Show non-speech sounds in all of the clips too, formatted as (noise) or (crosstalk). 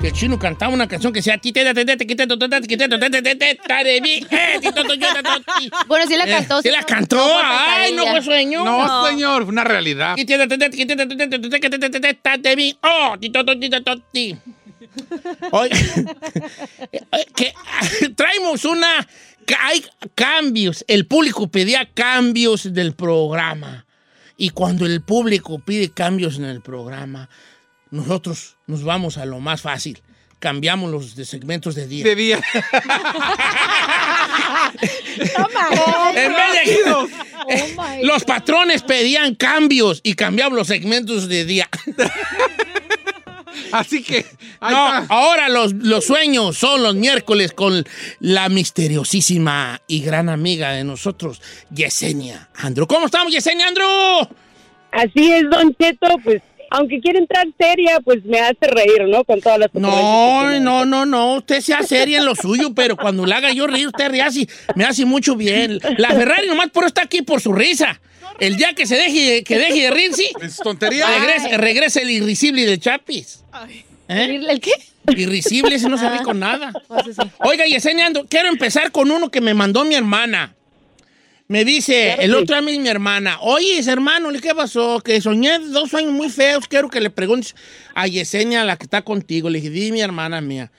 que el chino cantaba una canción que decía "Titeta, tete, tequiteto, totete, tequiteto, tete, tete, tare, mi, eh, tito, toyota, toti". Bueno, sí la Eh, cantó. ¿Sí la cantó? Ay, no fue sueño. No, señor, fue una realidad. Titeta, tete, tequiteto, tete, tete, tete, tete, tete, tare, mi, oh, tito, totita, toti. Oye, (laughs) eh, que (laughs) traemos una ca- hay cambios, el público pedía cambios del programa. Y cuando el público pide cambios en el programa, nosotros nos vamos a lo más fácil. Cambiamos los de segmentos de día. De día. En vez de- (laughs) Oh los patrones pedían cambios y cambiaban los segmentos de (laughs) día. Así que. ahí No, está. ahora los, los sueños son los miércoles con la misteriosísima y gran amiga de nosotros, Yesenia Andro. ¿Cómo estamos, Yesenia Andro? Así es, Don Cheto, pues aunque quiere entrar seria, pues me hace reír, ¿no? Con todas las ocurrencias que No, tiene. no, no, no. Usted sea seria en lo suyo, pero cuando la haga yo reír, usted ríe así. Me hace mucho bien. La Ferrari nomás por está aquí por su risa. El día que se deje, que deje de reír, sí. Es tontería. Regrese, regrese el irrisible de Chapis. ¿Eh? ¿El qué? Irrisible, ese no se ríe con nada. Pues eso. Oiga, Yesenia, ando- quiero empezar con uno que me mandó mi hermana. Me dice, el otro a mí mi hermana, oye, hermano, ¿le ¿qué pasó? Que soñé dos sueños muy feos, quiero que le preguntes a Yesenia, la que está contigo. Le dije, di mi hermana mía.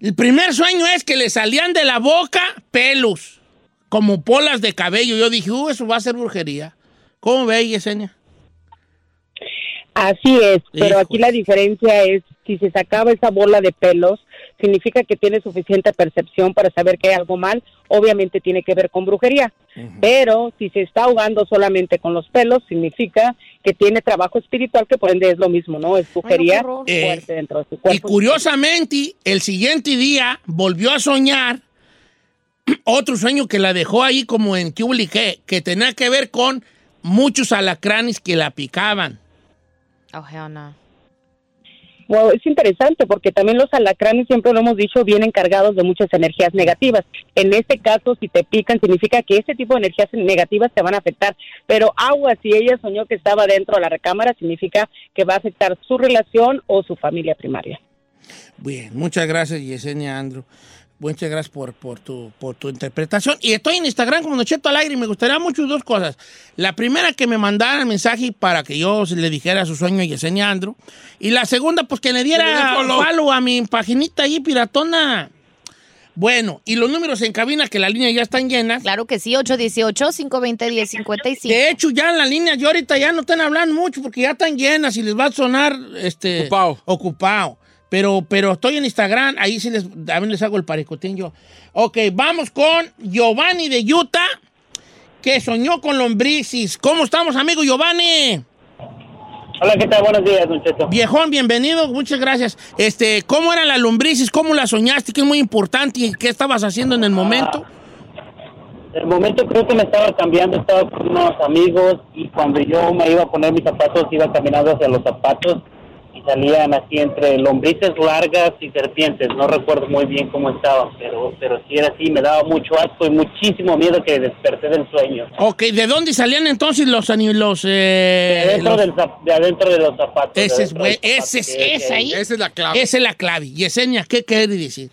El primer sueño es que le salían de la boca pelos, como polas de cabello. Yo dije, uh, eso va a ser brujería. ¿Cómo ve, Yesenia? Así es, pero Híjole. aquí la diferencia es si se sacaba esa bola de pelos, significa que tiene suficiente percepción para saber que hay algo mal, obviamente tiene que ver con brujería. Pero si se está ahogando solamente con los pelos, significa que tiene trabajo espiritual, que por ende es lo mismo, ¿no? Es brujería horror. Eh, fuerte dentro de su Y cuerpo. curiosamente, el siguiente día volvió a soñar (clears throat) otro sueño que la dejó ahí como en Cubliqué, que tenía que ver con muchos alacranes que la picaban. Oh, hell no. Wow, es interesante porque también los alacranes, siempre lo hemos dicho, vienen cargados de muchas energías negativas. En este caso, si te pican, significa que ese tipo de energías negativas te van a afectar. Pero agua, si ella soñó que estaba dentro de la recámara, significa que va a afectar su relación o su familia primaria. Bien, muchas gracias, Yesenia Andro. Muchas gracias por, por, tu, por tu interpretación. Y estoy en Instagram como Don Cheto al aire y me gustaría mucho dos cosas. La primera, que me mandara mensaje para que yo le dijera su sueño a Yesenia Andro. Y la segunda, pues que le Que le diera diera follow. follow a mi paginita ahí, piratona. Bueno, y los números en cabina, que la línea ya están llenas. Claro que sí, 818-520-1055. De hecho, ya en la línea yo ahorita ya no están hablando mucho porque ya están llenas y les va a sonar este Ocupado. ocupado. Pero, pero estoy en Instagram, ahí sí les, a ver, les hago el paricotín yo. Ok, vamos con Giovanni de Utah, que soñó con lombrices. ¿Cómo estamos, amigo Giovanni? Ah, Hola, ¿qué tal? Buenos días, Don Cheto. Viejón, bienvenido, muchas gracias. Este, ¿cómo eran las lombrices? ¿Cómo las soñaste? Que es muy importante y qué estabas haciendo en el momento. El momento creo que me estaba cambiando, estaba con unos amigos y cuando yo me iba a poner mis zapatos, iba caminando hacia los zapatos y salían así entre lombrices largas y serpientes. No recuerdo muy bien cómo estaba, pero, pero sí era así. Me daba mucho asco y muchísimo miedo que desperté del sueño. Ok, ¿de dónde salían entonces los ani- los, De eh, adentro, los- del zap- de adentro de los zapatos. de Ese es, adentro de güey, los ese es, zapatos. esa ahí. Esa es la clave. Esa es la clave. Yesenia, ¿qué quiere decir?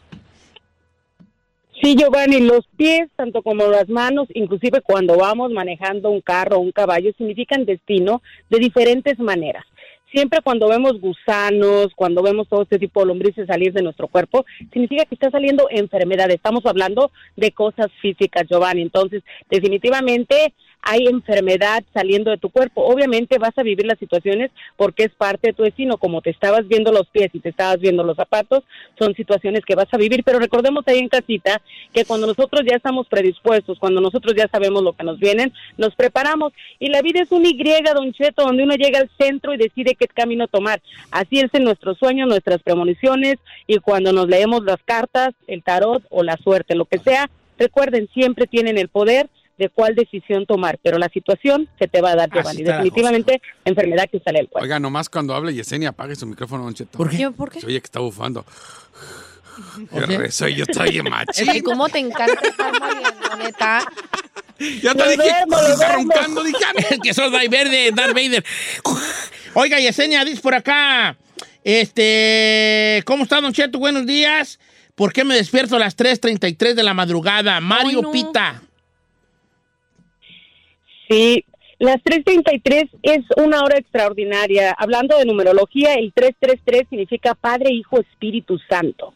Sí, Giovanni, los pies, tanto como las manos, inclusive cuando vamos manejando un carro o un caballo, significan destino de diferentes maneras. Siempre cuando vemos gusanos, cuando vemos todo este tipo de lombrices salir de nuestro cuerpo, significa que está saliendo enfermedad. Estamos hablando de cosas físicas, Giovanni. Entonces, definitivamente hay enfermedad saliendo de tu cuerpo. Obviamente vas a vivir las situaciones porque es parte de tu destino. Como te estabas viendo los pies y te estabas viendo los zapatos, son situaciones que vas a vivir. Pero recordemos ahí en casita que cuando nosotros ya estamos predispuestos, cuando nosotros ya sabemos lo que nos vienen, nos preparamos. Y la vida es un Y, don Cheto, donde uno llega al centro y decide qué camino tomar. Así es en nuestros sueños, nuestras premoniciones y cuando nos leemos las cartas, el tarot o la suerte, lo que sea. Recuerden, siempre tienen el poder de cuál decisión tomar, pero la situación se te va a dar, Así Giovanni. está la Definitivamente, enfermedad que sale del cuerpo. Oiga, nomás cuando hable Yesenia, apague su micrófono, Don Cheto. ¿Por qué? Yo, ¿Por qué? Se oye que está bufando. ¿Por Yo qué? rezo y yo estoy en machi. Es que cómo te encanta estar moviendo, neta. Ya te Lo dije, duermo, lo está duermo. roncando, dije. ah, no. (laughs) que sos Darth Vader, Darth Vader. Oiga, Yesenia, dice por acá. Este, ¿cómo está, Don Cheto? Buenos días. ¿Por qué me despierto a las 3.33 de la madrugada? Mario no. Pita. Sí, las 333 es una hora extraordinaria. Hablando de numerología, el 333 significa Padre, Hijo, Espíritu Santo.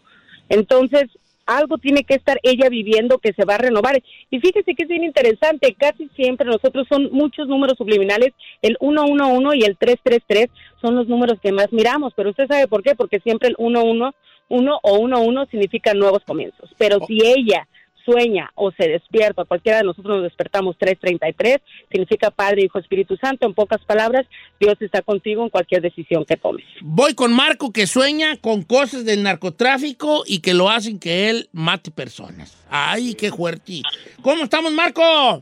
Entonces, algo tiene que estar ella viviendo que se va a renovar. Y fíjese que es bien interesante, casi siempre nosotros son muchos números subliminales, el 111 y el 333 son los números que más miramos, pero usted sabe por qué, porque siempre el 111 uno o 111 significa nuevos comienzos. Pero si ella sueña o se despierta, cualquiera de nosotros nos despertamos 333, significa Padre, Hijo, Espíritu Santo. En pocas palabras, Dios está contigo en cualquier decisión que tomes. Voy con Marco que sueña con cosas del narcotráfico y que lo hacen que él mate personas. Ay, qué fuerte. ¿Cómo estamos, Marco?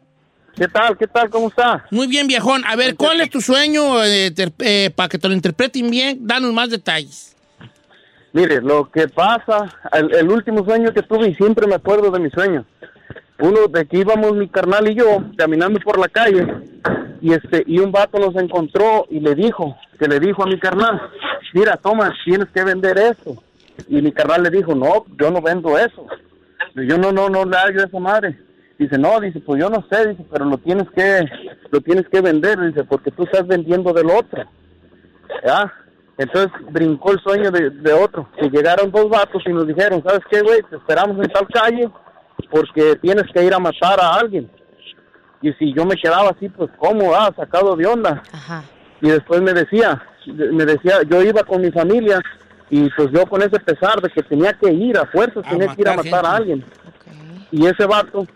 ¿Qué tal? ¿Qué tal? ¿Cómo está? Muy bien, viejón. A ver, ¿cuál es tu sueño eh, para que te lo interpreten bien? Danos más detalles. Mire, lo que pasa, el, el último sueño que tuve, y siempre me acuerdo de mi sueño. Uno de que íbamos mi carnal y yo caminando por la calle y este y un vato nos encontró y le dijo, que le dijo a mi carnal, mira, toma, tienes que vender esto. Y mi carnal le dijo, no, yo no vendo eso. Yo no, no, no le hago esa madre. Dice, no, dice, pues yo no sé, dice, pero lo tienes que, lo tienes que vender, dice, porque tú estás vendiendo del otro. ¿ya? ¿Ah? Entonces brincó el sueño de, de otro. Y llegaron dos vatos y nos dijeron, ¿sabes qué, güey? Te esperamos en tal calle porque tienes que ir a matar a alguien. Y si yo me quedaba así, pues, ¿cómo? Ah, sacado de onda Ajá. y después me decía, me decía, yo iba con mi familia y pues yo con ese pesar de que tenía que ir a fuerzas, A tenía que ir a matar matar a alguien. Y ese vato,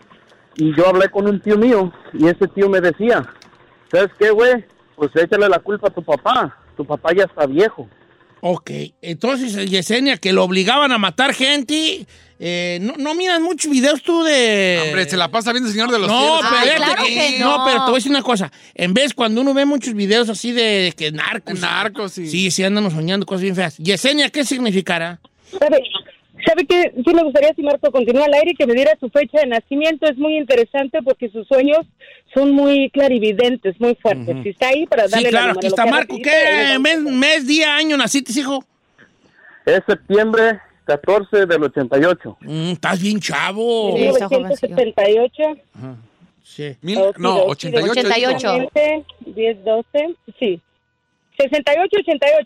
y yo hablé con un tío mío y ese tío me decía, ¿sabes qué, güey? Pues échale la culpa a tu papá, tu papá ya está viejo. Ok, entonces eh, Yesenia, que lo obligaban a matar gente. eh, no, no miras muchos videos tú de... Hombre, se la pasa viendo el señor de los Eh, No, cielos. pero, Ay, fíjate claro que no. pero te voy a decir una cosa. En vez, cuando uno ve muchos videos así de que narcos... Narcos y- Sí, sí, andan soñando cosas bien feas. Yesenia, ¿qué significará? ¿Sabe, ¿Sabe qué? Sí me gustaría, si Marco continúa al aire, que me diera su fecha de nacimiento. Es muy interesante porque sus sueños son muy clarividentes, muy fuertes. Si está ahí, para Sí, darle la claro, aquí está numerología Marco. rapidito, ¿Qué ahí mes, vamos. mes, día, año naciste, hijo? Es septiembre 14 del 88. Mm, estás bien chavo. Sí. está jovencillo. 1978. Sí. Mil- no, 88. 88. dijo. 20, 10, 12, sí. 68,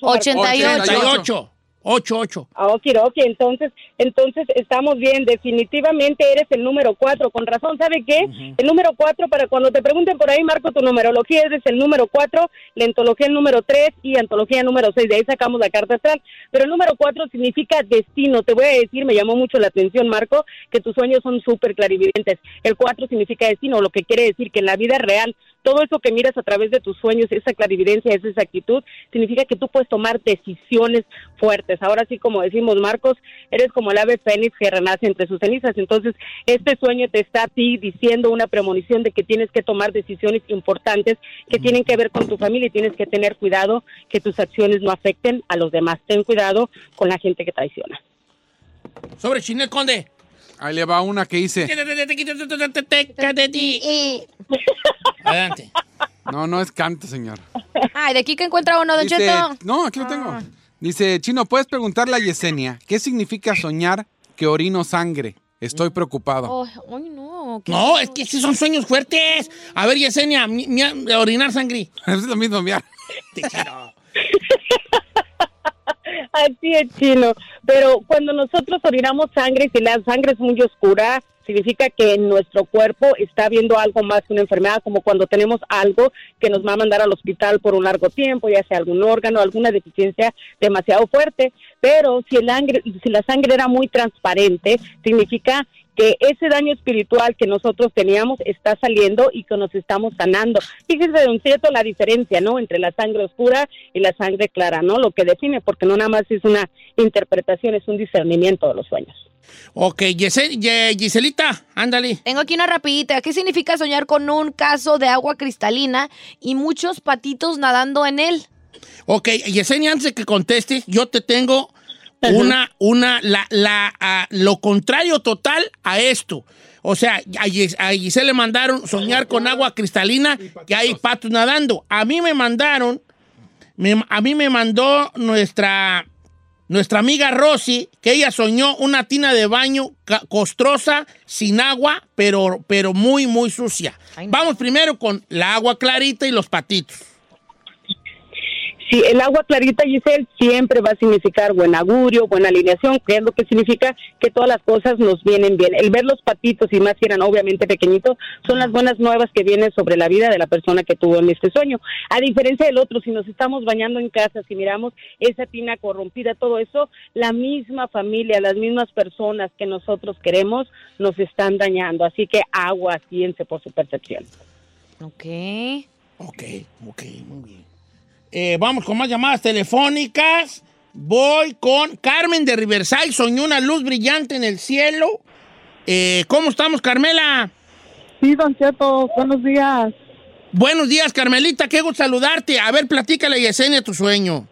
88. Marco. 88. 88. 88. Ah, ok, ok, entonces, entonces estamos bien, definitivamente eres el número cuatro, con razón, ¿sabe qué? El número cuatro, para cuando te pregunten por ahí, Marco, tu numerología, eres el número cuatro, la entología el número tres y antología número seis, de ahí sacamos la carta astral, pero el número cuatro significa destino, te voy a decir, me llamó mucho la atención, Marco, que tus sueños son súper clarividentes, el cuatro significa destino, lo que quiere decir que en la vida real todo eso que miras a través de tus sueños, esa clarividencia, esa exactitud, significa que tú puedes tomar decisiones fuertes. Ahora sí, como decimos Marcos, eres como el ave fénix que renace entre sus cenizas. Entonces, este sueño te está a ti diciendo una premonición de que tienes que tomar decisiones importantes que tienen que ver con tu familia y tienes que tener cuidado que tus acciones no afecten a los demás. Ten cuidado con la gente que traiciona. Sobre Chinel Conde. Ahí le va una que hice. Adelante. No, no es canta, señor. Ay, de aquí que encuentra uno, Don Dice- Cheto. Ah. no, aquí lo tengo. Dice, Chino, ¿puedes preguntarle a Yesenia qué significa soñar que orino sangre? Estoy preocupado. Ay, Oh, ay, no. ¿qué? No, es que sí son sueños fuertes. A ver, Yesenia, mi- mi- orinar sangre. es lo mismo, mira. Te quiero. (laughs) Así es, chino. Pero cuando nosotros orinamos sangre, si la sangre es muy oscura, significa que nuestro cuerpo está viendo algo más que una enfermedad, como cuando tenemos algo que nos va a mandar al hospital por un largo tiempo, ya sea algún órgano, alguna deficiencia demasiado fuerte. Pero si, el angre- si la sangre era muy transparente, significa que ese daño espiritual que nosotros teníamos está saliendo y que nos estamos sanando. Fíjese, don cierto, la diferencia, ¿no? Entre la sangre oscura y la sangre clara, ¿no? Lo que define, porque no nada más es una interpretación, es un discernimiento de los sueños. Ok, Yese- Ye- Giselita, ándale. Tengo aquí una rapidita. ¿Qué significa soñar con un caso de agua cristalina y muchos patitos nadando en él? Ok, Yesenia, antes de que contestes, yo te tengo una, una, la, la, ah, lo contrario total a esto. O sea, a, Gis- a Giselle le mandaron soñar con agua cristalina que hay patos nadando. A mí me mandaron, me- a mí me mandó nuestra, nuestra amiga Rosy, que ella soñó una tina de baño ca- costrosa, sin agua, pero, pero muy, muy sucia. Vamos primero con la agua clarita y los patitos. Sí, el agua clarita, Giselle, siempre va a significar buen augurio, buena alineación, que es lo que significa que todas las cosas nos vienen bien. El ver los patitos, y más si eran obviamente pequeñitos, son las buenas nuevas que vienen sobre la vida de la persona que tuvo en este sueño. A diferencia del otro, si nos estamos bañando en casa, si miramos esa tina corrompida, todo eso, la misma familia, las mismas personas que nosotros queremos, nos están dañando. Así que agua, siénse por su percepción. Ok. Ok, ok, muy bien. Eh, vamos con más llamadas telefónicas. Voy con Carmen de Riverside. Soñó una luz brillante en el cielo. Eh, ¿Cómo estamos, Carmela? Sí, don Cheto, buenos días. Buenos días, Carmelita. Qué gusto saludarte. A ver, platícale, Yesenia, tu sueño.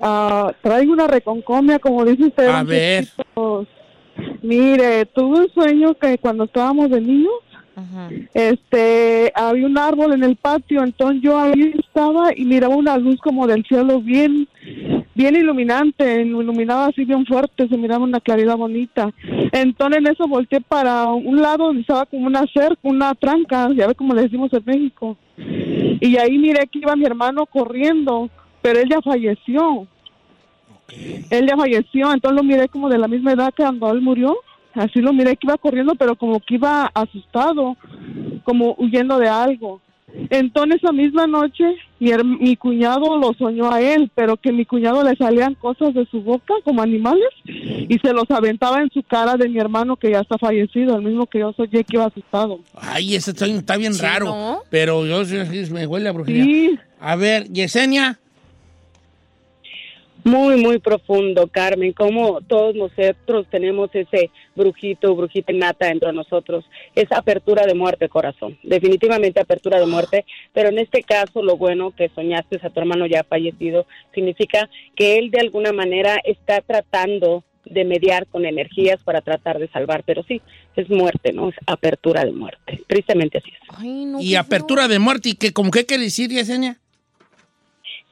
Ah, traigo una reconcomia, como dice usted. A don ver. Chiquitos. Mire, tuve un sueño que cuando estábamos de niños, Ajá. este, había un árbol en el patio, entonces yo ahí estaba y miraba una luz como del cielo bien, bien iluminante, iluminaba así bien fuerte, se miraba una claridad bonita. Entonces en eso volteé para un lado donde estaba como una cerca, una tranca, ya ve como le decimos en México. Y ahí miré que iba mi hermano corriendo, pero él ya falleció. Él ya falleció, entonces lo miré como de la misma edad que cuando él murió. Así lo miré que iba corriendo, pero como que iba asustado, como huyendo de algo. Entonces esa misma noche mi, her- mi cuñado lo soñó a él, pero que mi cuñado le salían cosas de su boca como animales y se los aventaba en su cara de mi hermano que ya está fallecido, el mismo que yo soñé que iba asustado. Ay, ese sueño está bien Sí, raro. ¿no? Pero yo sí- sí me huele a brujería. Sí, A ver, Yesenia. Muy, muy profundo, Carmen. Como todos nosotros tenemos ese brujito, brujita innata dentro de nosotros. Es apertura de muerte, corazón. Definitivamente apertura de muerte. Pero en este caso, lo bueno que soñaste a tu hermano ya fallecido significa que él de alguna manera está tratando de mediar con energías para tratar de salvar. Pero sí, es muerte, ¿no? Es apertura de muerte. Tristemente así es. Ay, no. qué Y feo. apertura de muerte. ¿Y que, como qué quiere decir, Yesenia?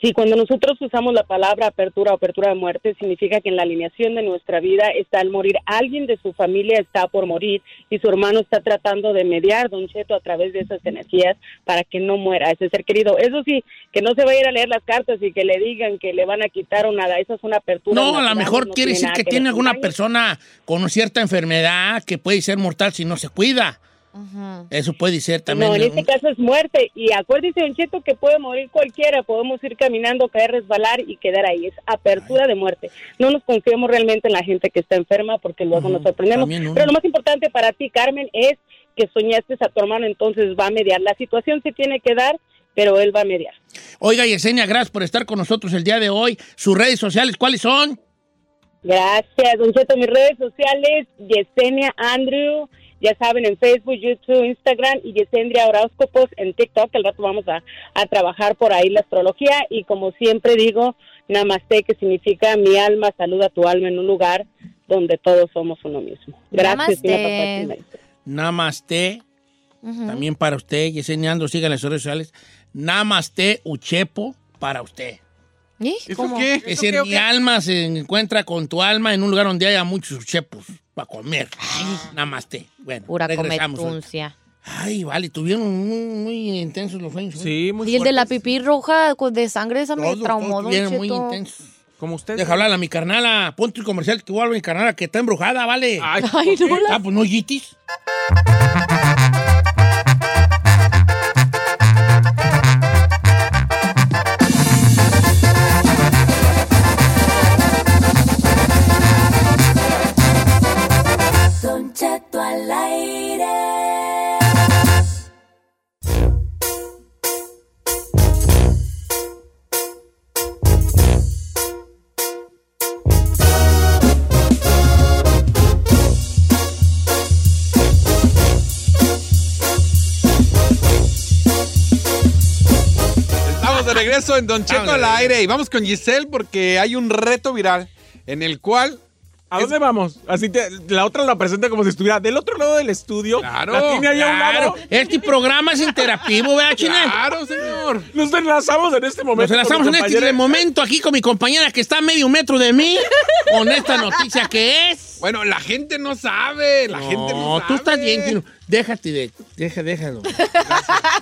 Sí, cuando nosotros usamos la palabra apertura o apertura de muerte, significa que en la alineación de nuestra vida está al morir. Alguien de su familia está por morir y su hermano está tratando de mediar, Don Cheto, a través de esas energías para que no muera ese ser querido. Eso sí, que no se vaya a ir a leer las cartas y que le digan que le van a quitar o nada. Esa es una apertura. No, a lo natural, mejor no quiere decir nada que ver tiene con alguna daño. persona con cierta enfermedad que puede ser mortal si no se cuida. Ajá. Eso puede ser también. No, en un- este caso es muerte. Y acuérdese, Don Cheto, que puede morir cualquiera. Podemos ir caminando, caer, resbalar y quedar ahí. Es apertura de muerte. No nos confiemos realmente en la gente que está enferma porque luego nos sorprendemos. también uno. Pero lo más importante para ti, Carmen, es que soñaste a tu hermano, entonces va a mediar. La situación se tiene que dar, pero él va a mediar. Oiga, Yesenia, gracias por estar con nosotros el día de hoy. Sus redes sociales, ¿cuáles son? Gracias, Don Cheto. Mis redes sociales, Yesenia Andrew, ya saben, en Facebook, YouTube, Instagram y Yesenia Horóscopos en TikTok. El rato vamos a, a trabajar por ahí la astrología y como siempre digo, Namaste, que significa mi alma saluda a tu alma en un lugar donde todos somos uno mismo. Gracias. Namaste. señora Patricia. Namaste. Ujú. También para usted, Yesenia Andro, sigan las redes sociales. Namaste Uchepo para usted. ¿Y? ¿Eso ¿Cómo? qué? Es ¿Eso decir, qué o mi qué? alma se encuentra con tu alma en un lugar donde haya muchos uchepos para comer. Namaste. Bueno, Pura regresamos. ¿eh? cometuncia. Ay, vale, tuvieron muy, muy intensos los sueños. ¿eh? hoy. Sí, muy Y el de la fuertes. pipí roja con- de sangre, esa me Todos, traumó, todos don tuvieron muy Cheto. intensos. Como usted. Deja hablar a mi carnala. Ponte el comercial que voy a hablar a mi carnala que está embrujada, vale. Ay, Ay, no, la- Ah, pues no yitis. Estamos de regreso en Don Cheto Estamos de al aire y vamos con Giselle porque hay un reto viral en el cual ¿A dónde vamos? Así te, la otra la presenta como si estuviera del otro lado del estudio. Claro, La tiene ahí a Claro, un lado. este programa es interactivo, ¿verdad, China? Claro, señor. Nos enlazamos en este Nos momento. enlazamos con en mi este compañera. momento aquí con mi compañera que está a medio metro de mí con esta noticia que es. Bueno, la gente no sabe, la gente no sabe. tú estás bien, Chino. Déjate de. Deja, déjalo.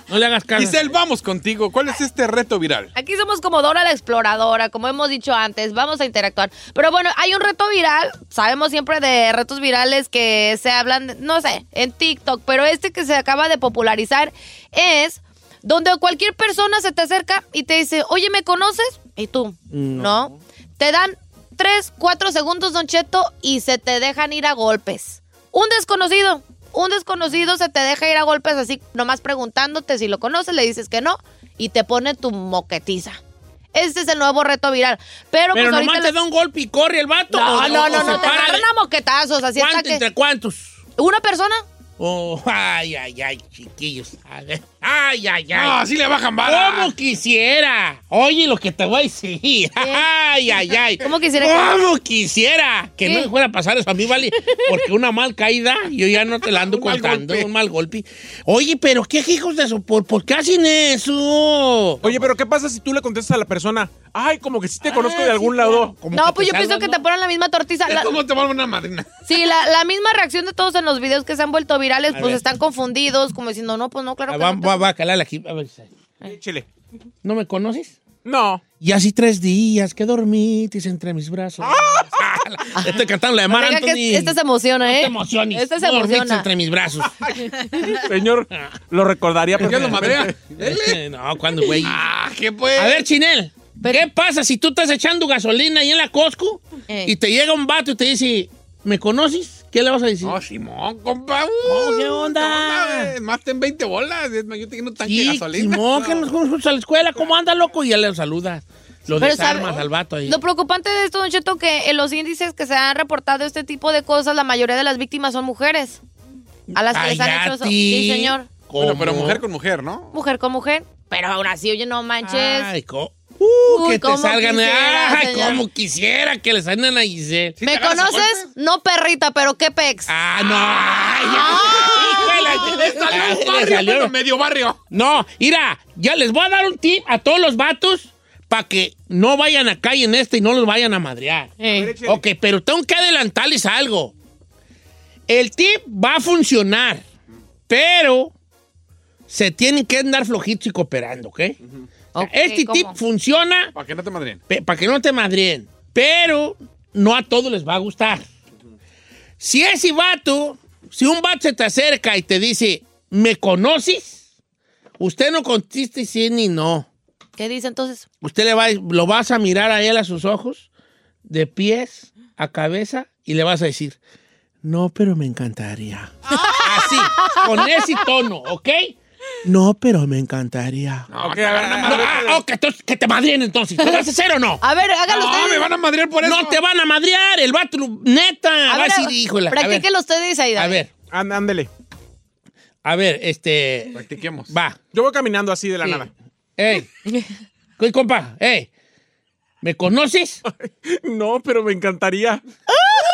No le hagas caso. Giselle, vamos contigo. ¿Cuál es este reto viral? Aquí somos como Dora la Exploradora, como hemos dicho antes, vamos a interactuar. Pero bueno, hay un reto viral, sabemos siempre de retos virales que se hablan, no sé, en TikTok, pero este que se acaba de popularizar es donde cualquier persona se te acerca y te dice, oye, ¿me conoces? Y tú, no. Te dan 3, 4 segundos, Don Cheto, y se te dejan ir a golpes. Un desconocido, un desconocido se te deja ir a golpes así, nomás preguntándote si lo conoces, le dices que no, y te pone tu moquetiza. Este es el nuevo reto viral. Pero Pero, pues ahorita... nomás te les- da un golpe y corre el vato. No, o- no, o no, no, se te para agarran de- a moquetazos, pues, así hasta ¿Cuánto- que... ¿Entre cuántos? ¿Una persona? Oh, ay, ay, ay, chiquillos. A ver. Ay, ay, No, ay. así le bajan bala. ¿Cómo quisiera? Oye, lo que te voy a decir. Ay, ay, ay. ¿Cómo quisiera que- ¿Cómo quisiera? Que no ¿Qué? me fuera a pasar eso a mí, ¿vale? Porque una mal caída, yo ya no te (laughs) la ando Un mal contando, golpe. un mal golpe. Oye, pero qué hijos de eso, ¿por, por qué hacen eso? Oye, pero ¿qué pasa si tú le contestas a la persona? Ay, como que sí te conozco Ah, de algún sí, lado. claro, como No, que pues yo salvan, pienso que ¿no? te ponen la misma tortiza. la- ¿Cómo te van una madrina? Sí, la, la misma reacción de todos en los videos que se han vuelto virales, pues ver. están confundidos, como diciendo, no, pues no, claro Ah, que va, no te va- va a calar aquí. A ver, Chile. ¿no me conoces? No. Y así tres días que dormitis entre mis (laughs) brazos. Estoy cantando Ah, la de Mar Oiga, que Anthony. este se emociona, ¿eh? Te emociones. Este se No dormitis emociona. entre mis brazos. Señor, lo recordaría. pues, Yo lo perfectamente. (laughs) madrea. Eh, no, cuando, güey. Ah, ¿qué pues? A ver, Chinel. ¿Qué pasa si tú estás echando gasolina ahí en la Costco Eh. y te llega un vato y te dice, ¿me conoces? ¿Qué le vas a decir? No, Simón, compa. Uh, Oh, No, ¿qué onda? Más ten 20 bolas. Es más, Yo tengo un tanque de sí, gasolina. Simón, que nos fuimos juntos a la escuela. ¿Cómo anda, loco? Y ya le saludas. Lo Pero desarmas sabe- al vato ahí. Lo preocupante de esto, Don Cheto, que en los índices que se han reportado este tipo de cosas, la mayoría de las víctimas son mujeres. A las que les han hecho eso. Sí, Cállate. señor. Bueno, ¿Cómo? pero mujer con mujer, ¿no? Mujer con mujer. Pero ahora sí, oye, no manches. Ay, co- Uh, Uy, que te cómo salgan. quisiera, Ay, señor. como quisiera que le salgan a Giselle. ¿Sí te ¿Me agarras a conoces? golpes? No, perrita, pero qué pex. Ah, no. Ay, ay, Le salió un barrio, pero medio barrio. No, mira, ya les voy a dar un tip a todos los vatos para que no vayan a calle en este y no los vayan a madrear. Eh. Ok, pero tengo que adelantarles algo. El tip va a funcionar, pero se tienen que andar flojitos y cooperando, ¿ok? O sea, Ok, este ¿cómo? tip funciona Para que no te madrien. para que no te madrien, pero no a todos les va a gustar. Si ese vato, si un vato se te acerca y te dice, ¿me conoces? Usted no conteste sí ni no. ¿Qué dice entonces? Usted le va, a- lo vas a mirar a él a sus ojos, de pies a cabeza, y le vas a decir, no, pero me encantaría. así, con ese tono, ¿ok? No, pero me encantaría. Ok, a ver, No, ah, ok, entonces, que te madrien entonces. ¿Te vas a hacer o no? A ver, hágalo No, ustedes. me van a madrear por eso. No te van a madrear, el vato, neta. A va a ver, decir, híjole. A ver, Practíquenlo ustedes ahí. a David. ver, Á- ándele. a ver, este. Practiquemos. Va. Yo voy caminando así de la Sí. nada. (laughs) (laughs) Ey. Oye, compa, ey. ¿Me conoces? No, pero me encantaría.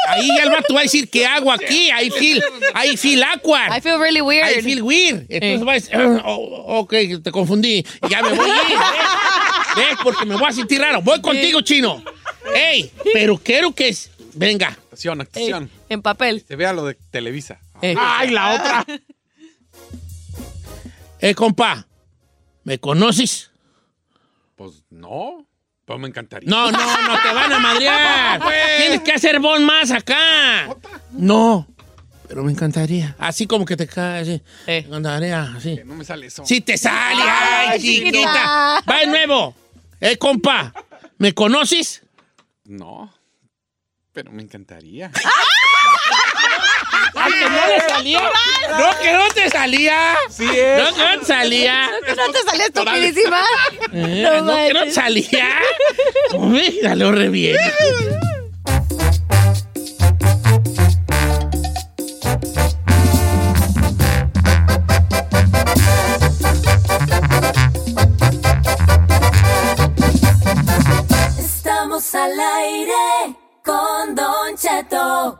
Ahí ya el vato va a decir, ¿qué hago aquí? I feel, I feel awkward. I feel really weird. I feel weird. Entonces va a decir, "Oh, ok, te confundí. Ya me voy. a ir, ¿Ves? ¿Ves? Porque me voy a sentir raro. Voy contigo, chino. Ey, pero quiero que... es- Venga. Actuación, actuación. (laughs) En papel. Se vea lo de Televisa. Ah, ¡Ay, la otra! Eh, compa, ¿me conoces? Pues no. Pero me encantaría. No, no, no te van a (laughs) madrear. Pues. Tienes que hacer bon más acá. No, pero me encantaría. Así como que te cae, así. Me encantaría, así. Que No me sale eso. Sí te sale, ay, Eh. Ay, chiquita. chiquita. Va de nuevo. Eh, compa, ¿me conoces? No. Pero me encantaría. Ay, que no le salía. No, que no te salía. Sí es. No, que no te salía. ¿No te sale estupidísima? (laughs) Eh, No no, que no te manches. salía. Hombre, dale re bien. Estamos al aire con Don Cheto.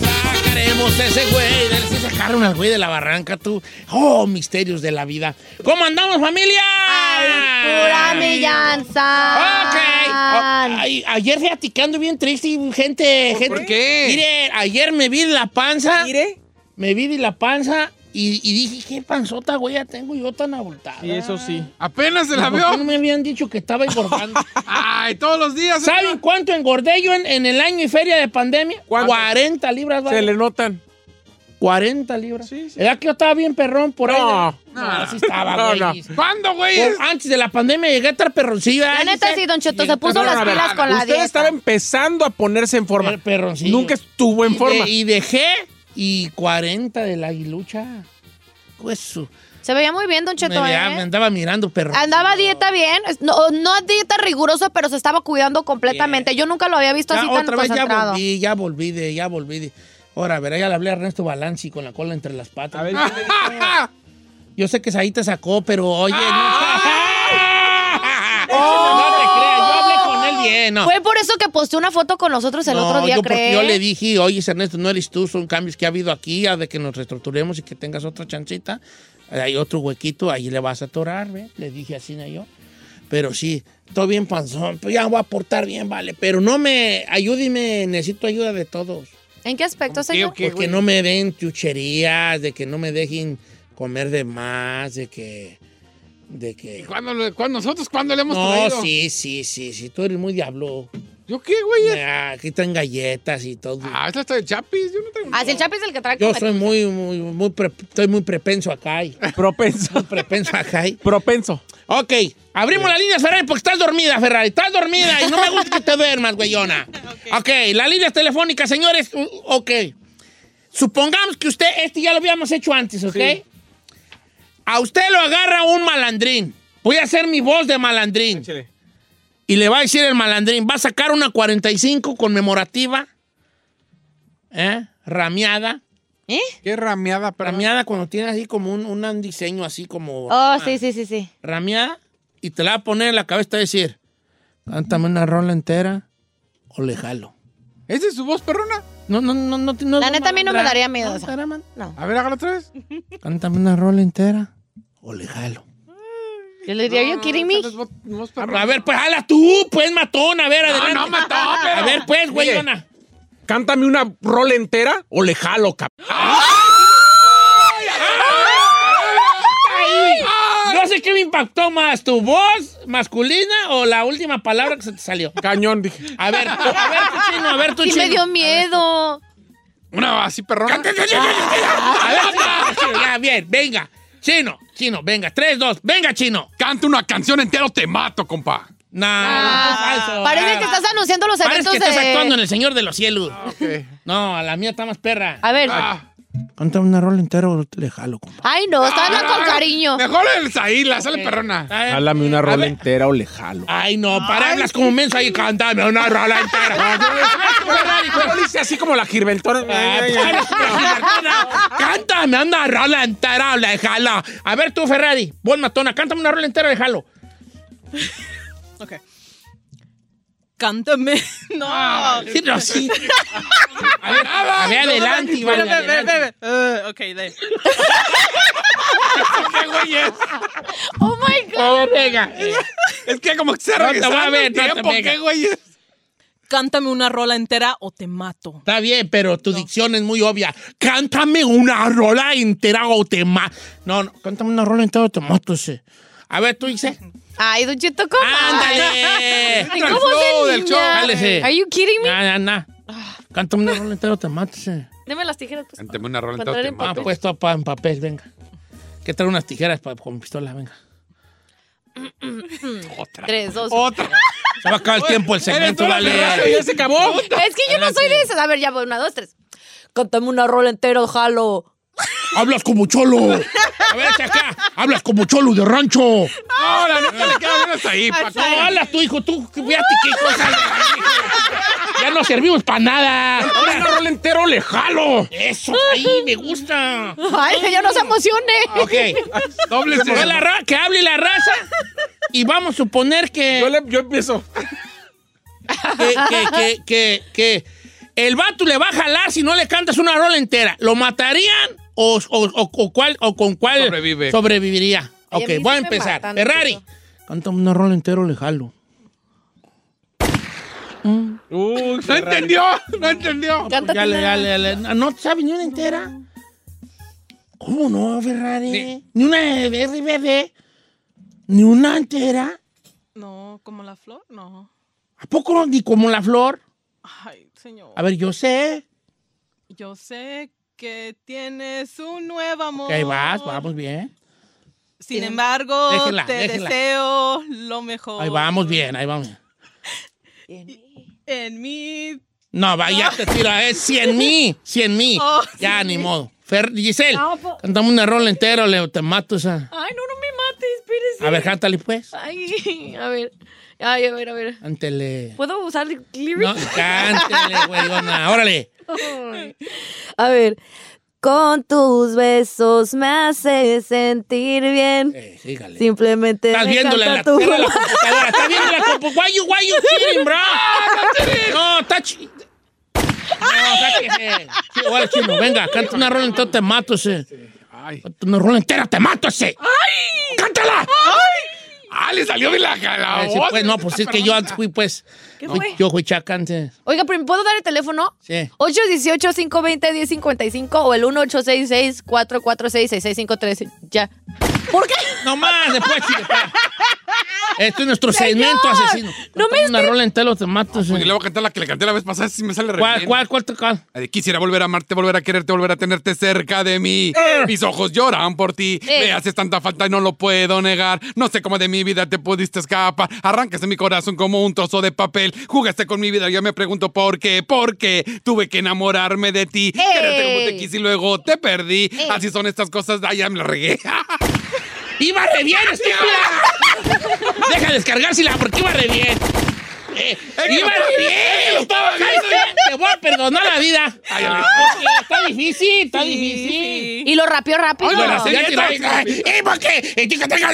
Sacaremos ese güey. Del, sí sacaron al güey de la barranca, tú. Oh, misterios de la vida. ¿Cómo andamos, familia? Pura millanza. Ok. Oh, ay, ayer fíjate que ando bien triste, y gente. gente ¿Por qué? Mire, ayer me vi la panza. Mire. Me vi de la panza y, y dije, qué panzota, güey, ya tengo yo tan abultada. Y eso sí. Apenas se la ¿Por qué no veo. me habían dicho que estaba engordando? Ay, todos los días. ¿Saben cuánto engordé yo en, en el año y feria de pandemia? ¿Cuánto? 40 libras, Se vale. le notan. 40 libras. Sí, sí. Era que yo estaba bien perrón por ahí. No, no, así estaba, no, güey. no. ¿Cuándo, güey? Por- Antes de la pandemia llegué a estar perroncillo. La ay, neta dice, sí, Don Cheto, y- se puso No, no, no, las a ver, pilas con la Usted dieta. estaba empezando a ponerse en forma. Per- perroncillo. Nunca estuvo en y forma. de- y dejé y 40 de la aguilucha. Pues su- Se veía muy bien, Don me, Cheto, vea- ¿eh? me andaba mirando perro. Andaba a dieta bien, es- no, no a dieta rigurosa, pero se estaba cuidando completamente. Yo nunca lo había visto Ya, así tan otra vez ya concentrado. volví, ya volví de, ya volví de. Ahora, verá, ya le hablé a Ernesto Balanci con la cola entre las patas. A ver, (laughs) Yo sé que Saí te sacó, pero oye, (laughs) no. No te creas, yo hablé con él bien. No. Fue por eso que posteó una foto con nosotros el No, otro día, yo, porque ¿crees? yo le dije, oye, Ernesto, no eres tú, son cambios que ha habido aquí, a de que nos reestructuremos y que tengas otra chancita. Hay otro huequito, ahí le vas a atorar, ¿ve? Le dije así a yo. Pero sí, todo bien panzón, pues ya voy a aportar bien, vale. Pero no me, ayúdeme, necesito ayuda de todos. ¿En qué aspecto, señor? Porque Pues no me den chucherías, de que no me dejen comer de más, de que... De que... ¿Cuándo, lo- cuándo- nosotros cuándo le hemos No, traído? sí, sí, sí, sí, tú eres muy diablo. Ah, ¿Yo qué, güey? Aquí están galletas y todo. Ah, esta está de chapis, yo no tengo... Ah, si el Chapi es el que trae Yo comer- soy muy, muy, muy, pre- estoy muy propenso acá. Propenso. propenso acá. Propenso. Ok, abrimos la línea, Ferrari, porque estás dormida, Ferrari. Estás dormida y no me gusta que te duermas, güeyona. Ok, las líneas telefónicas, señores. u- Ok. Supongamos que usted, este ya lo habíamos hecho antes, ¿ok? A usted lo agarra un malandrín. Voy a hacer mi voz de malandrín. Y le va a decir el malandrín, va a sacar una 45 conmemorativa. ¿Eh? Rameada. ¿Eh? ¿Qué rameada? Rameada cuando tiene así como un, un diseño así como... Oh, sí, sí, sí, sí. Rameada y te la va a poner en la cabeza y te va a decir, cántame una rola entera o le jalo. ¿Esa es su voz, perrona? No, no, no, no. no La neta a mí no me malandra. daría miedo. No, esa. No. A ver, hágalo otra vez. Cántame una rola entera o le jalo. Yo le diría, ¿yo kidding me? A ver, pues jala tú, pues matón, a ver, adelante. No, matón, A ver, pues, güeyona. Cántame una rola entera o le jalo, cap. No sé qué me impactó más, tu voz masculina o la última palabra que se te salió. Cañón, dije. A ver, tú, a ver, tú, chino, a (laughs) ver, tú, Sí chino. me dio miedo. Una así, perrona. A ver, chino, chino, ya, bien, venga. Chino, chino, venga. Tres, dos, venga, chino. Canta una canción entera o te mato, compa. Nah, no, falso. Ah, eh. Parece que estás anunciando los Parece eventos que de... estás actuando en El Señor de los Cielos. No, a la mía está más perra. A ver. Ah. Cántame una rola entera o le jalo, compa. Ay, no, está hablando Ah. con (laughs) cariño. Mejor el Zahila, sale perrona. Jálame una rola entera o le jalo. Ay, no, para, hablas como menso ahí, cántame una rola entera. Yo lo hice así como la girventona. Ah, pues, (laughs) cántame una rola entera o le jalo. A ver tú, Ferrari, buen matona, cántame una rola entera o le jalo. Cántame. No. Ah, Sí, (laughs) no, (laughs) sí. A ver, ah, a ver, adelante, Iván, Espérame, adelante. espérame, (laughs) espérame. Eh, ok, de. ¿Qué güey es? Oh my God. A ver, venga. (laughs) Es que como que se No te voy a regresaba ver, el no te tiempo, venga. ¿qué, güey? Cántame una rola entera o te mato. Está bien, pero tu dicción es muy obvia. Cántame una rola entera o te ma... No, no, cántame una rola entera o te mato, sí. A ver, tú dices. Ay, Don Cheto, ¿cómo? ¡Ándale! Ay, ¿Cómo se niña? Cálese. Are you kidding me? Na, na, na. Ah. Cántame una rola entera o te mato, sí. Deme las tijeras, pues. Cántame una rola Para entera o te traer en Ah, mato. pues todo pa- en papel, venga. Que traer unas tijeras pa- con pistola, venga. Tres, dos. Otra. Se va a acabar el tiempo el segmento, vale. Ya se acabó. Es que yo no soy de esas. A ver, ya voy. Una, dos, tres. Cántame una rola entera, jalo. Hablas como cholo. (laughs) A ver, echa acá. Hablas como cholo de rancho. No, la neta le queda menos ahí, No, Paco. hablas tú, hijo, tú. Fíjate qué cosa. Ya no servimos para nada. Dame una rola entera o le jalo. Eso, ahí me gusta. Ay, que yo no se emocione. Ah, Ok. Doble Que la ra- que hable la raza. Y vamos a suponer Yo, que, le, yo empiezo. que, que, que, que- que el vato le va a jalar si no le cantas una rola entera. ¿Lo matarían o, o- o- o cuál, o con cuál Sobrevive. sobreviviría? Ay, Ok, a mí sí voy a me empezar. matan, Ferrari. chico. Cántame una rola entera o le jalo. Uy, No entendió, no entendió. Cántate Pues Ya le, una. ya le, ya le- ¿No te sabes ni una entera? ¿Cómo no, Ferrari? ¿Ni una de RBD? ¿Ni una entera? No, como la flor, no. ¿A poco no? ni como la flor? Ay, señor. A ver, yo sé. Yo sé que tienes un nuevo amor. Que ahí vas, vamos bien. Sin embargo, Déjela, te déjela. deseo lo mejor. Ahí vamos bien, ahí vamos bien. En mí. No, vaya, te tira, es (laughs) 100 mí, 100 mí. Oh, ya, ni modo. Fer, Giselle, No, po- cantame una rola entera, le te mato esa. Ay, no, no me mates, espérese. A ver, cántale pues. Ay, a ver. Ay, a ver, a ver. Cántele. ¿Puedo usar lyrics? No, cántele, güeyona. Órale. A ver. Con tus besos me hace sentir bien. sígale. Simplemente Eh, Estás me viéndole la encanta tu (laughs) tela a la computadora. Estás viendo la computadora. Why you, why you kidding, bro? No, está chi... No, sáquese. Sí, Ahora, chino, venga, canta una rola entera, te mato ese. Canta una rola entera, te mato ese. ¡Ay! ¡Cántala! ¡Ay! ¡Ah, le salió bien la, la Eh, sí, voz! pues, no, pues es que yo antes fui, pues. ¿Qué fui- fue? Yo fui chacante. Oiga, pero ¿me ¿puedo dar el teléfono? Sí. 818-520-1055 o el 1866-446-6653. Ya. ¿Por qué? No más, después, Este es nuestro segmento asesino. No me Una rola entera, te mato ese. Porque le voy a cantar la que le canté la vez pasada si me sale re ¿Cuál, bien. cuál, cuál, te- cuál? La de Quisiera volver a amarte, volver a quererte, volver a tenerte cerca de mí. Eh. Mis ojos lloran por ti. Eh. Me haces tanta falta y no lo puedo negar. No sé cómo de mi vida te pudiste escapar. Arrancaste mi corazón como un trozo de papel. Jugaste con mi vida. Yo me pregunto por qué, por qué tuve que enamorarme de ti. Quererte como te quise y luego te perdí. Así son estas cosas. Ay, ya me la regué. (laughs) ¡Iba re bien, estúpida! (laughs) Deja descargársela porque iba re bien. Eh, ¡Iba re bien! ¿Sabes qué? Te voy a perdonar la vida. Porque Está difícil, está difícil. Y lo rapeó rápido. Ay, bueno, ya te la- Ay, ¿Y por qué? Y chica, tenga-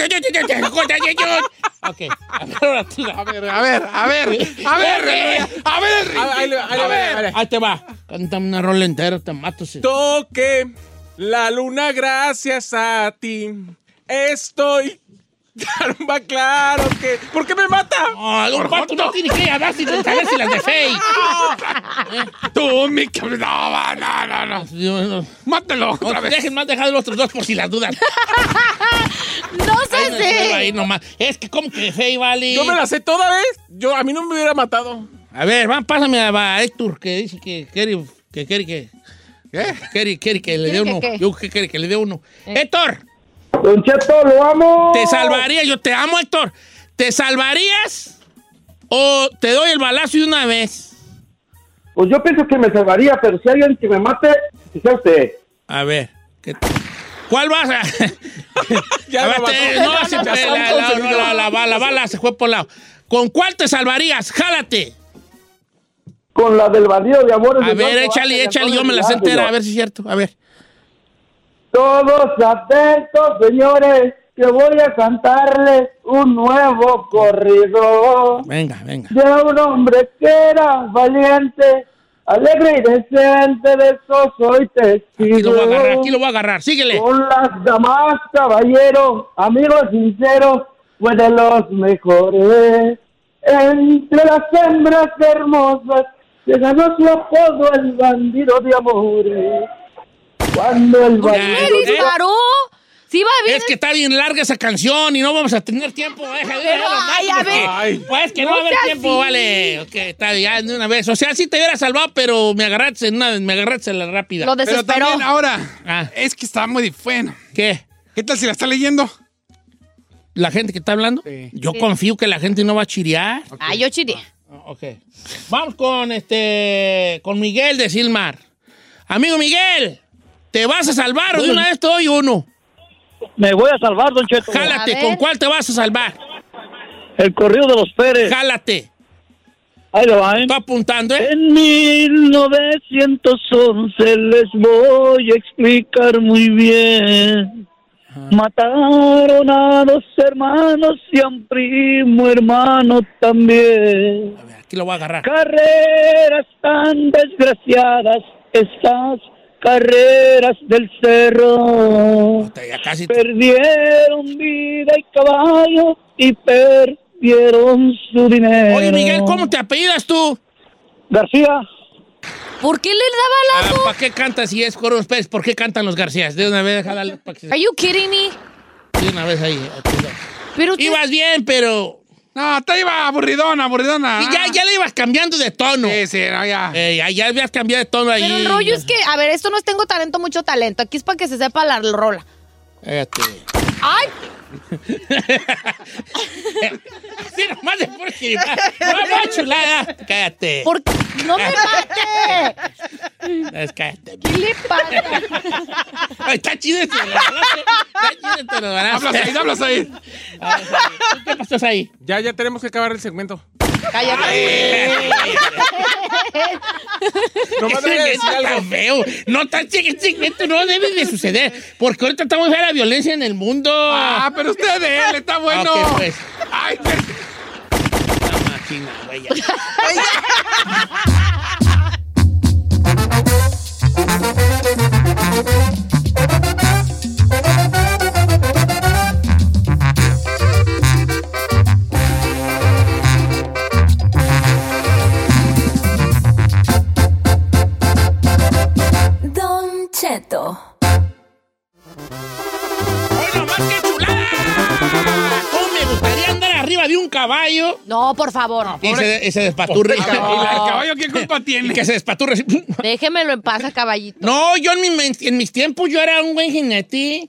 Ok, a ver, ahora tú la- A ver, a ver, a ver, a ver, a ver. Ahí te va. Cántame una rola entera, te mato. sí. Toque la luna gracias a ti. Estoy... (laughs) Caramba, claro que... ¿Por qué me mata? No, un Ah, pato no tiene que hablar sin saber si las de fake. (laughs) Tú, mi que- No, no, no, no. Mátelo otra No, vez. Dejen más dejar los otros dos por si las (laughs) dudas. No Ay, no, estaba ahí nomás. Es que como que fey, vale. Yo me la sé toda vez. Yo, a mí no me hubiera matado. A ver, van, pásame a, a Héctor que dice que quiere que quiere que ¿Qué? Quiere, quiere que le dé ¿Quiere que uno. qué? Eh. Yo que quiere que le dé uno. Héctor, Don Cheto, lo amo. Oh. te salvaría, yo te amo, Héctor. ¿Te salvarías o te doy el balazo de una vez? Pues yo pienso que me salvaría, pero si hay alguien que me mate, que sea usted. A ver, ¿qué- ¿cuál vas a? A ver, lo te- mató. no, (laughs) Ya sí, la, lo mató. la- la- la- la- la bala, la bala se fue por lado. ¿Con cuál te salvarías? Jálate. Con la del bandido de amores. A de ver, Blanco échale, Ángel, échale, yo Antonio me las Vidal, entera, señor. a ver si es cierto. A ver. Todos atentos, señores, que voy a cantarles un nuevo corrido. Venga, venga. De un hombre que era valiente, alegre y decente, de eso soy testigo. Aquí lo voy a agarrar, aquí lo voy a agarrar. Síguele. Con las damas, caballero, amigo sincero, fue de los mejores. Entre las hembras hermosas, le ganó su apodo el bandido de amores. Cuando el bandido... ¡Me disparó! Sí, va bien. Es que está bien larga esa canción y no vamos a tener tiempo. eh, Deja, deja, Ay, a ver. Ay, Pues que no, No va a haber sea tiempo, así. vale. Ok, está bien, de una vez. O sea, sí te hubiera salvado, pero me agarraste en una, me agarraste en la rápida. Pero también ahora, Ah. es que está muy bueno. ¿Qué? ¿Qué tal si la está leyendo? ¿La gente que está hablando? Yo Sí. confío que la gente no va a chirear. Ah, yo chiré. Ok. Vamos con este. con Miguel de Silmar. Amigo Miguel, ¿te vas a salvar o de una vez te doy uno? Me voy a salvar, Don Cheto. Jálate, ¿con cuál te vas a salvar? El corrido de los Pérez. Jálate. Ahí lo va, ¿eh? Está apuntando, ¿eh? En 1911 les voy a explicar muy bien. Mataron a dos hermanos y a un primo hermano también. Aquí lo voy a agarrar. Carreras tan desgraciadas, estas carreras del cerro. Perdieron vida y caballo y perdieron su dinero. Oye, Miguel, ¿cómo te apellidas tú? García. ¿Por qué le daba Ah, ¿Para qué cantas si es Corón Pérez? ¿Por qué cantan los Garcías? De una vez, déjala. pa' que- la... Are you kidding me? De una vez ahí. Pero Ibas bien, pero. No, te iba aburridona, aburridona. Sí, ya, ya le ibas cambiando de tono. Sí, sí, ya. ya, ya habías cambiado de tono ahí. Pero el (laughs) rollo es que, a ver, esto no es tengo talento, mucho talento. Aquí es para que se sepa la rola. Fíjate. ¡Ay! Sí, nomás de por aquí. Vamos, chulada. Cállate. ¿Por qué? ¡No me mate! Es- cállate. ¿Qué le pasa? Ay, está chido este. Está chido este. Hablas ahí, hablas ahí. ¿Qué pasó ahí? Ya, ya tenemos que acabar el segmento. Cállate. No Nomás le voy a decir algo. feo. No tan chiquitín, esto no debe de suceder. Porque ahorita está muy fea la violencia en el mundo. Ah, pero usted de él, está bueno. Ok, pues. Ay, La máquina, güey, ya. Don Cheto. ¿Cómo Oh, me gustaría andar arriba de un caballo? No, por favor. Y se, y se despaturre. (laughs) No. ¿Y la del caballo qué culpa tiene? que se despaturre. así. Déjemelo en paz a caballito. No, yo en, mi- en mis tiempos yo era un buen jinete.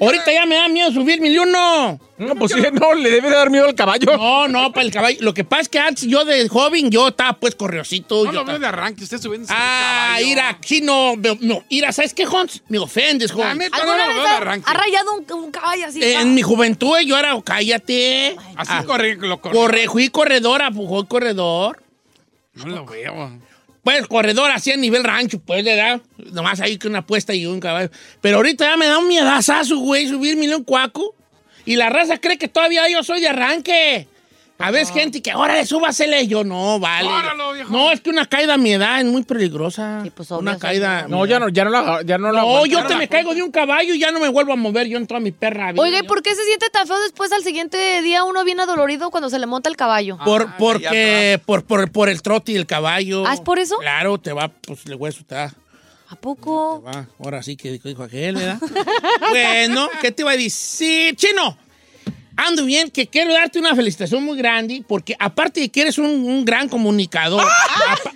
Ahorita ya me da miedo subir mil y uno. No, pues no, le debe dar miedo al caballo. No, no, para el caballo. Lo que pasa es que antes yo de joven, yo estaba pues correosito. No yo lo veo estaba- de arranque, usted subiendo. Ah, ira, chino, me- no, ira, ¿sabes qué, Hans? Me ofendes, Hans. ¿Alguna vez ha, ha rayado un, un caballo así? Eh, En mi juventud yo era, cállate. Ah, Así ah. corre, lo corre. Corre, fui corredora, pues, fui corredor. No lo veo. Pues corredor así a nivel rancho, pues le da nomás ahí que una apuesta y un caballo. Pero ahorita ya me da un miedazazo, güey, subirme en un cuaco. Y la raza cree que todavía yo soy de arranque. A veces Ah. gente que, órale, súbasele. Yo, no, vale. Órale, viejo. No, es que una caída a mi edad es muy peligrosa. pues, una caída... No, ya no, ya no la, ya no la No, aguantaron. yo te me caigo de un caballo y ya no me vuelvo a mover yo en toda mi perra vida. Oiga, ¿y por qué se siente tan feo después al siguiente día uno viene adolorido cuando se le monta el Ah, caballo? Por, porque, por, por, por el trote y el caballo. ¿Ah, es por eso? Claro, te va, pues el hueso te va. ¿A poco? va. Ah, Ahora sí que dijo aquel, ¿verdad? (laughs) bueno, ¿qué te iba a decir? Chino, ando bien, que quiero darte una felicitación muy grande, porque aparte de que eres un, un gran (laughs) comunicador. apa-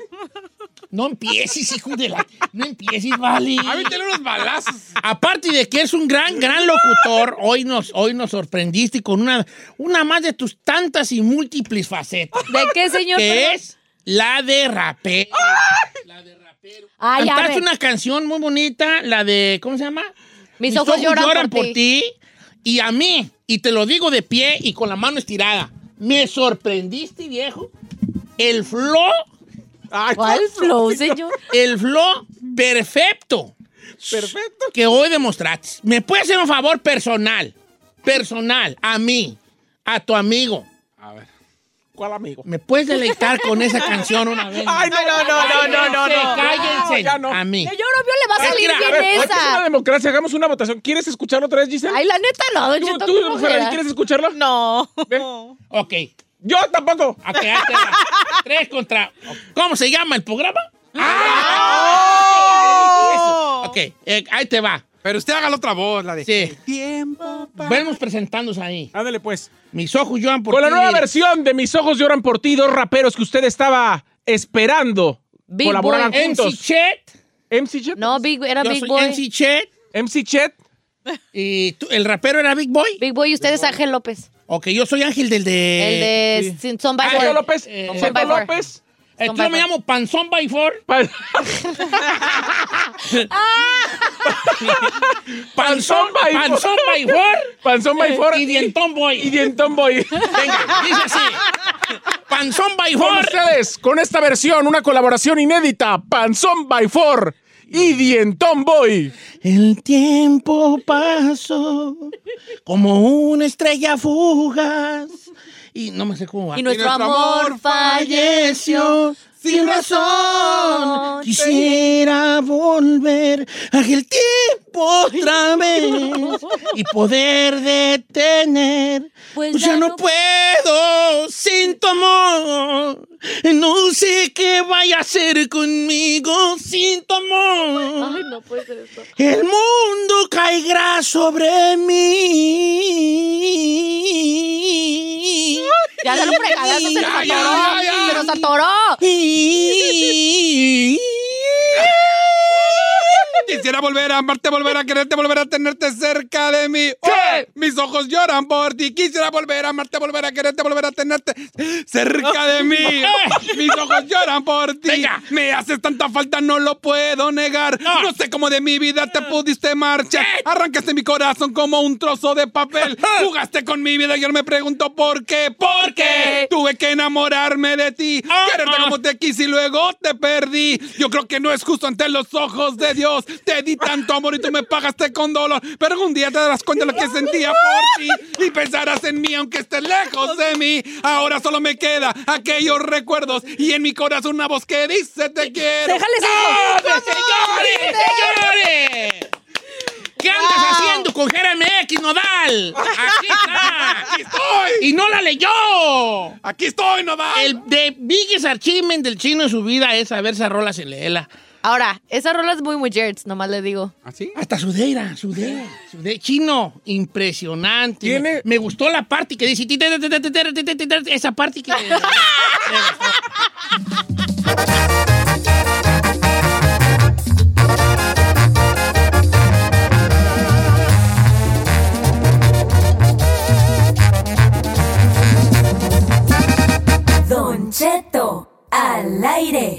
No empieces, hijo de la. No empieces, vale. Avítale unos balazos. Aparte de que eres un gran, gran locutor, hoy nos, hoy nos sorprendiste con una, una más de tus tantas y múltiples facetas. ¿De qué, señor? Que Perdón. es la de rapé. Ay, a Cantaste ver. una canción muy bonita, la de, ¿cómo se llama? Mis ojos lloran por ti. Y a mí, y te lo digo de pie y con la mano estirada, me sorprendiste, viejo. El flow. ¿Cuál flow, señor? El flow perfecto. Perfecto. Que hoy demostraste. ¿Me puedes hacer un favor personal? Personal, a mí, a tu amigo. ¿Cuál amigo? ¿Me puedes deleitar con esa canción una vez? Ay, no, no, no, no, no, no, no. Cállense, No, ya cállense. no. A mí. Señor obvio le va a Es que, salir mira, a bien ver, aquí Es una esa. democracia, hagamos una votación. ¿Quieres escucharlo otra vez, Giselle? Ay, la neta no, don ¿Tú, Cheto, tú, qué flojera. Ferrari, quieres escucharlo? No. Ok. Yo tampoco. Ok, ahí (laughs) te va. Tres contra. ¿Cómo se llama el programa? Oh. ¡Ah! ok, eh, ahí te va. Pero usted haga la otra voz, la de. Sí. Tiempo. Vamos presentándose ahí. Ándale, pues. Mis ojos lloran por Con la ti, nueva mira. versión de Mis ojos lloran por ti, dos raperos que usted estaba esperando Big colaboraran Boy. juntos. MC Chet. MC Chet. No, Big, era Yo Big soy Boy. MC Chet. MC Chet. Y tú- el rapero era Big Boy. Eh, Big Boy, usted es Ángel López. Ok, yo soy Ángel del El de. de Sin Son by Cheto Four. López. eh, Cheto Son by four. López. (laughs) Eh, Son yo by me four. llamo Panzón by Four. Pa- Panzón by Four. Panzón by Four. Panzón by Four. Y Dientón Y Boy. Dientón (laughs) Boy. Venga, dice así. Panzón by Con Four. ustedes, con esta versión, una colaboración inédita, Panzón by Four y Dientón Boy. El tiempo pasó como una estrella fugaz. Y no me sé cómo va. Y nuestro amor falleció sin razón. Quisiera volver a aquel tiempo otra vez y poder detener. Pues Pues ya ya no no- puedo sin tu amor. No sé qué vaya a hacer conmigo sin tu amor. Ay, no puede ser esto. El mundo caerá sobre mí. Ya dale un fregadazo, se nos Ya, atoró. ya, ya, ya. Se nos atoró. Y- Quisiera volver a amarte, volver a quererte, volver a tenerte cerca de mí. Hoy mis ojos lloran por ti. Quisiera volver a amarte, volver a quererte, volver a tenerte cerca de mí. (laughs) Eh. Mis ojos lloran por ti. Me haces tanta falta, no lo puedo negar. No, sé cómo de mi vida te pudiste marchar. Arrancaste mi corazón como un trozo de (laughs) papel. Jugaste con mi vida y ahora me pregunto por qué. ¿Por qué? Ah, Tuve que enamorarme de ti. Quererte como te quise y luego te perdí. Yo creo que no es justo ante los ojos de Dios. Te di tanto amor y tú me pagaste con dolor. Pero algún día te darás cuenta de lo que sentía por ti. Y pensarás en mí aunque estés lejos de mí. Ahora solo me queda aquellos recuerdos y en mi corazón una voz que dice te quiero. ¡Déjale ¡Déjale, señores! ¡Señores! ¿Qué andas haciendo con X Nodal? ¡Aquí está! ¡Aquí estoy! ¡Y no la leyó! ¡Aquí estoy, Nodal! El de biggest achievement del chino en su vida es saberse rola sin leerla. Ahora, esa rola es muy Mujerts, nomás le digo. ¿Así? Hasta sudeira, sudeira, sudeira. Chino, impresionante. Me, me gustó la parte que dice... "Ti, ti, ti, ti, ti, ti, ti, ti, ti", Esa parte que... Don Cheto, al aire.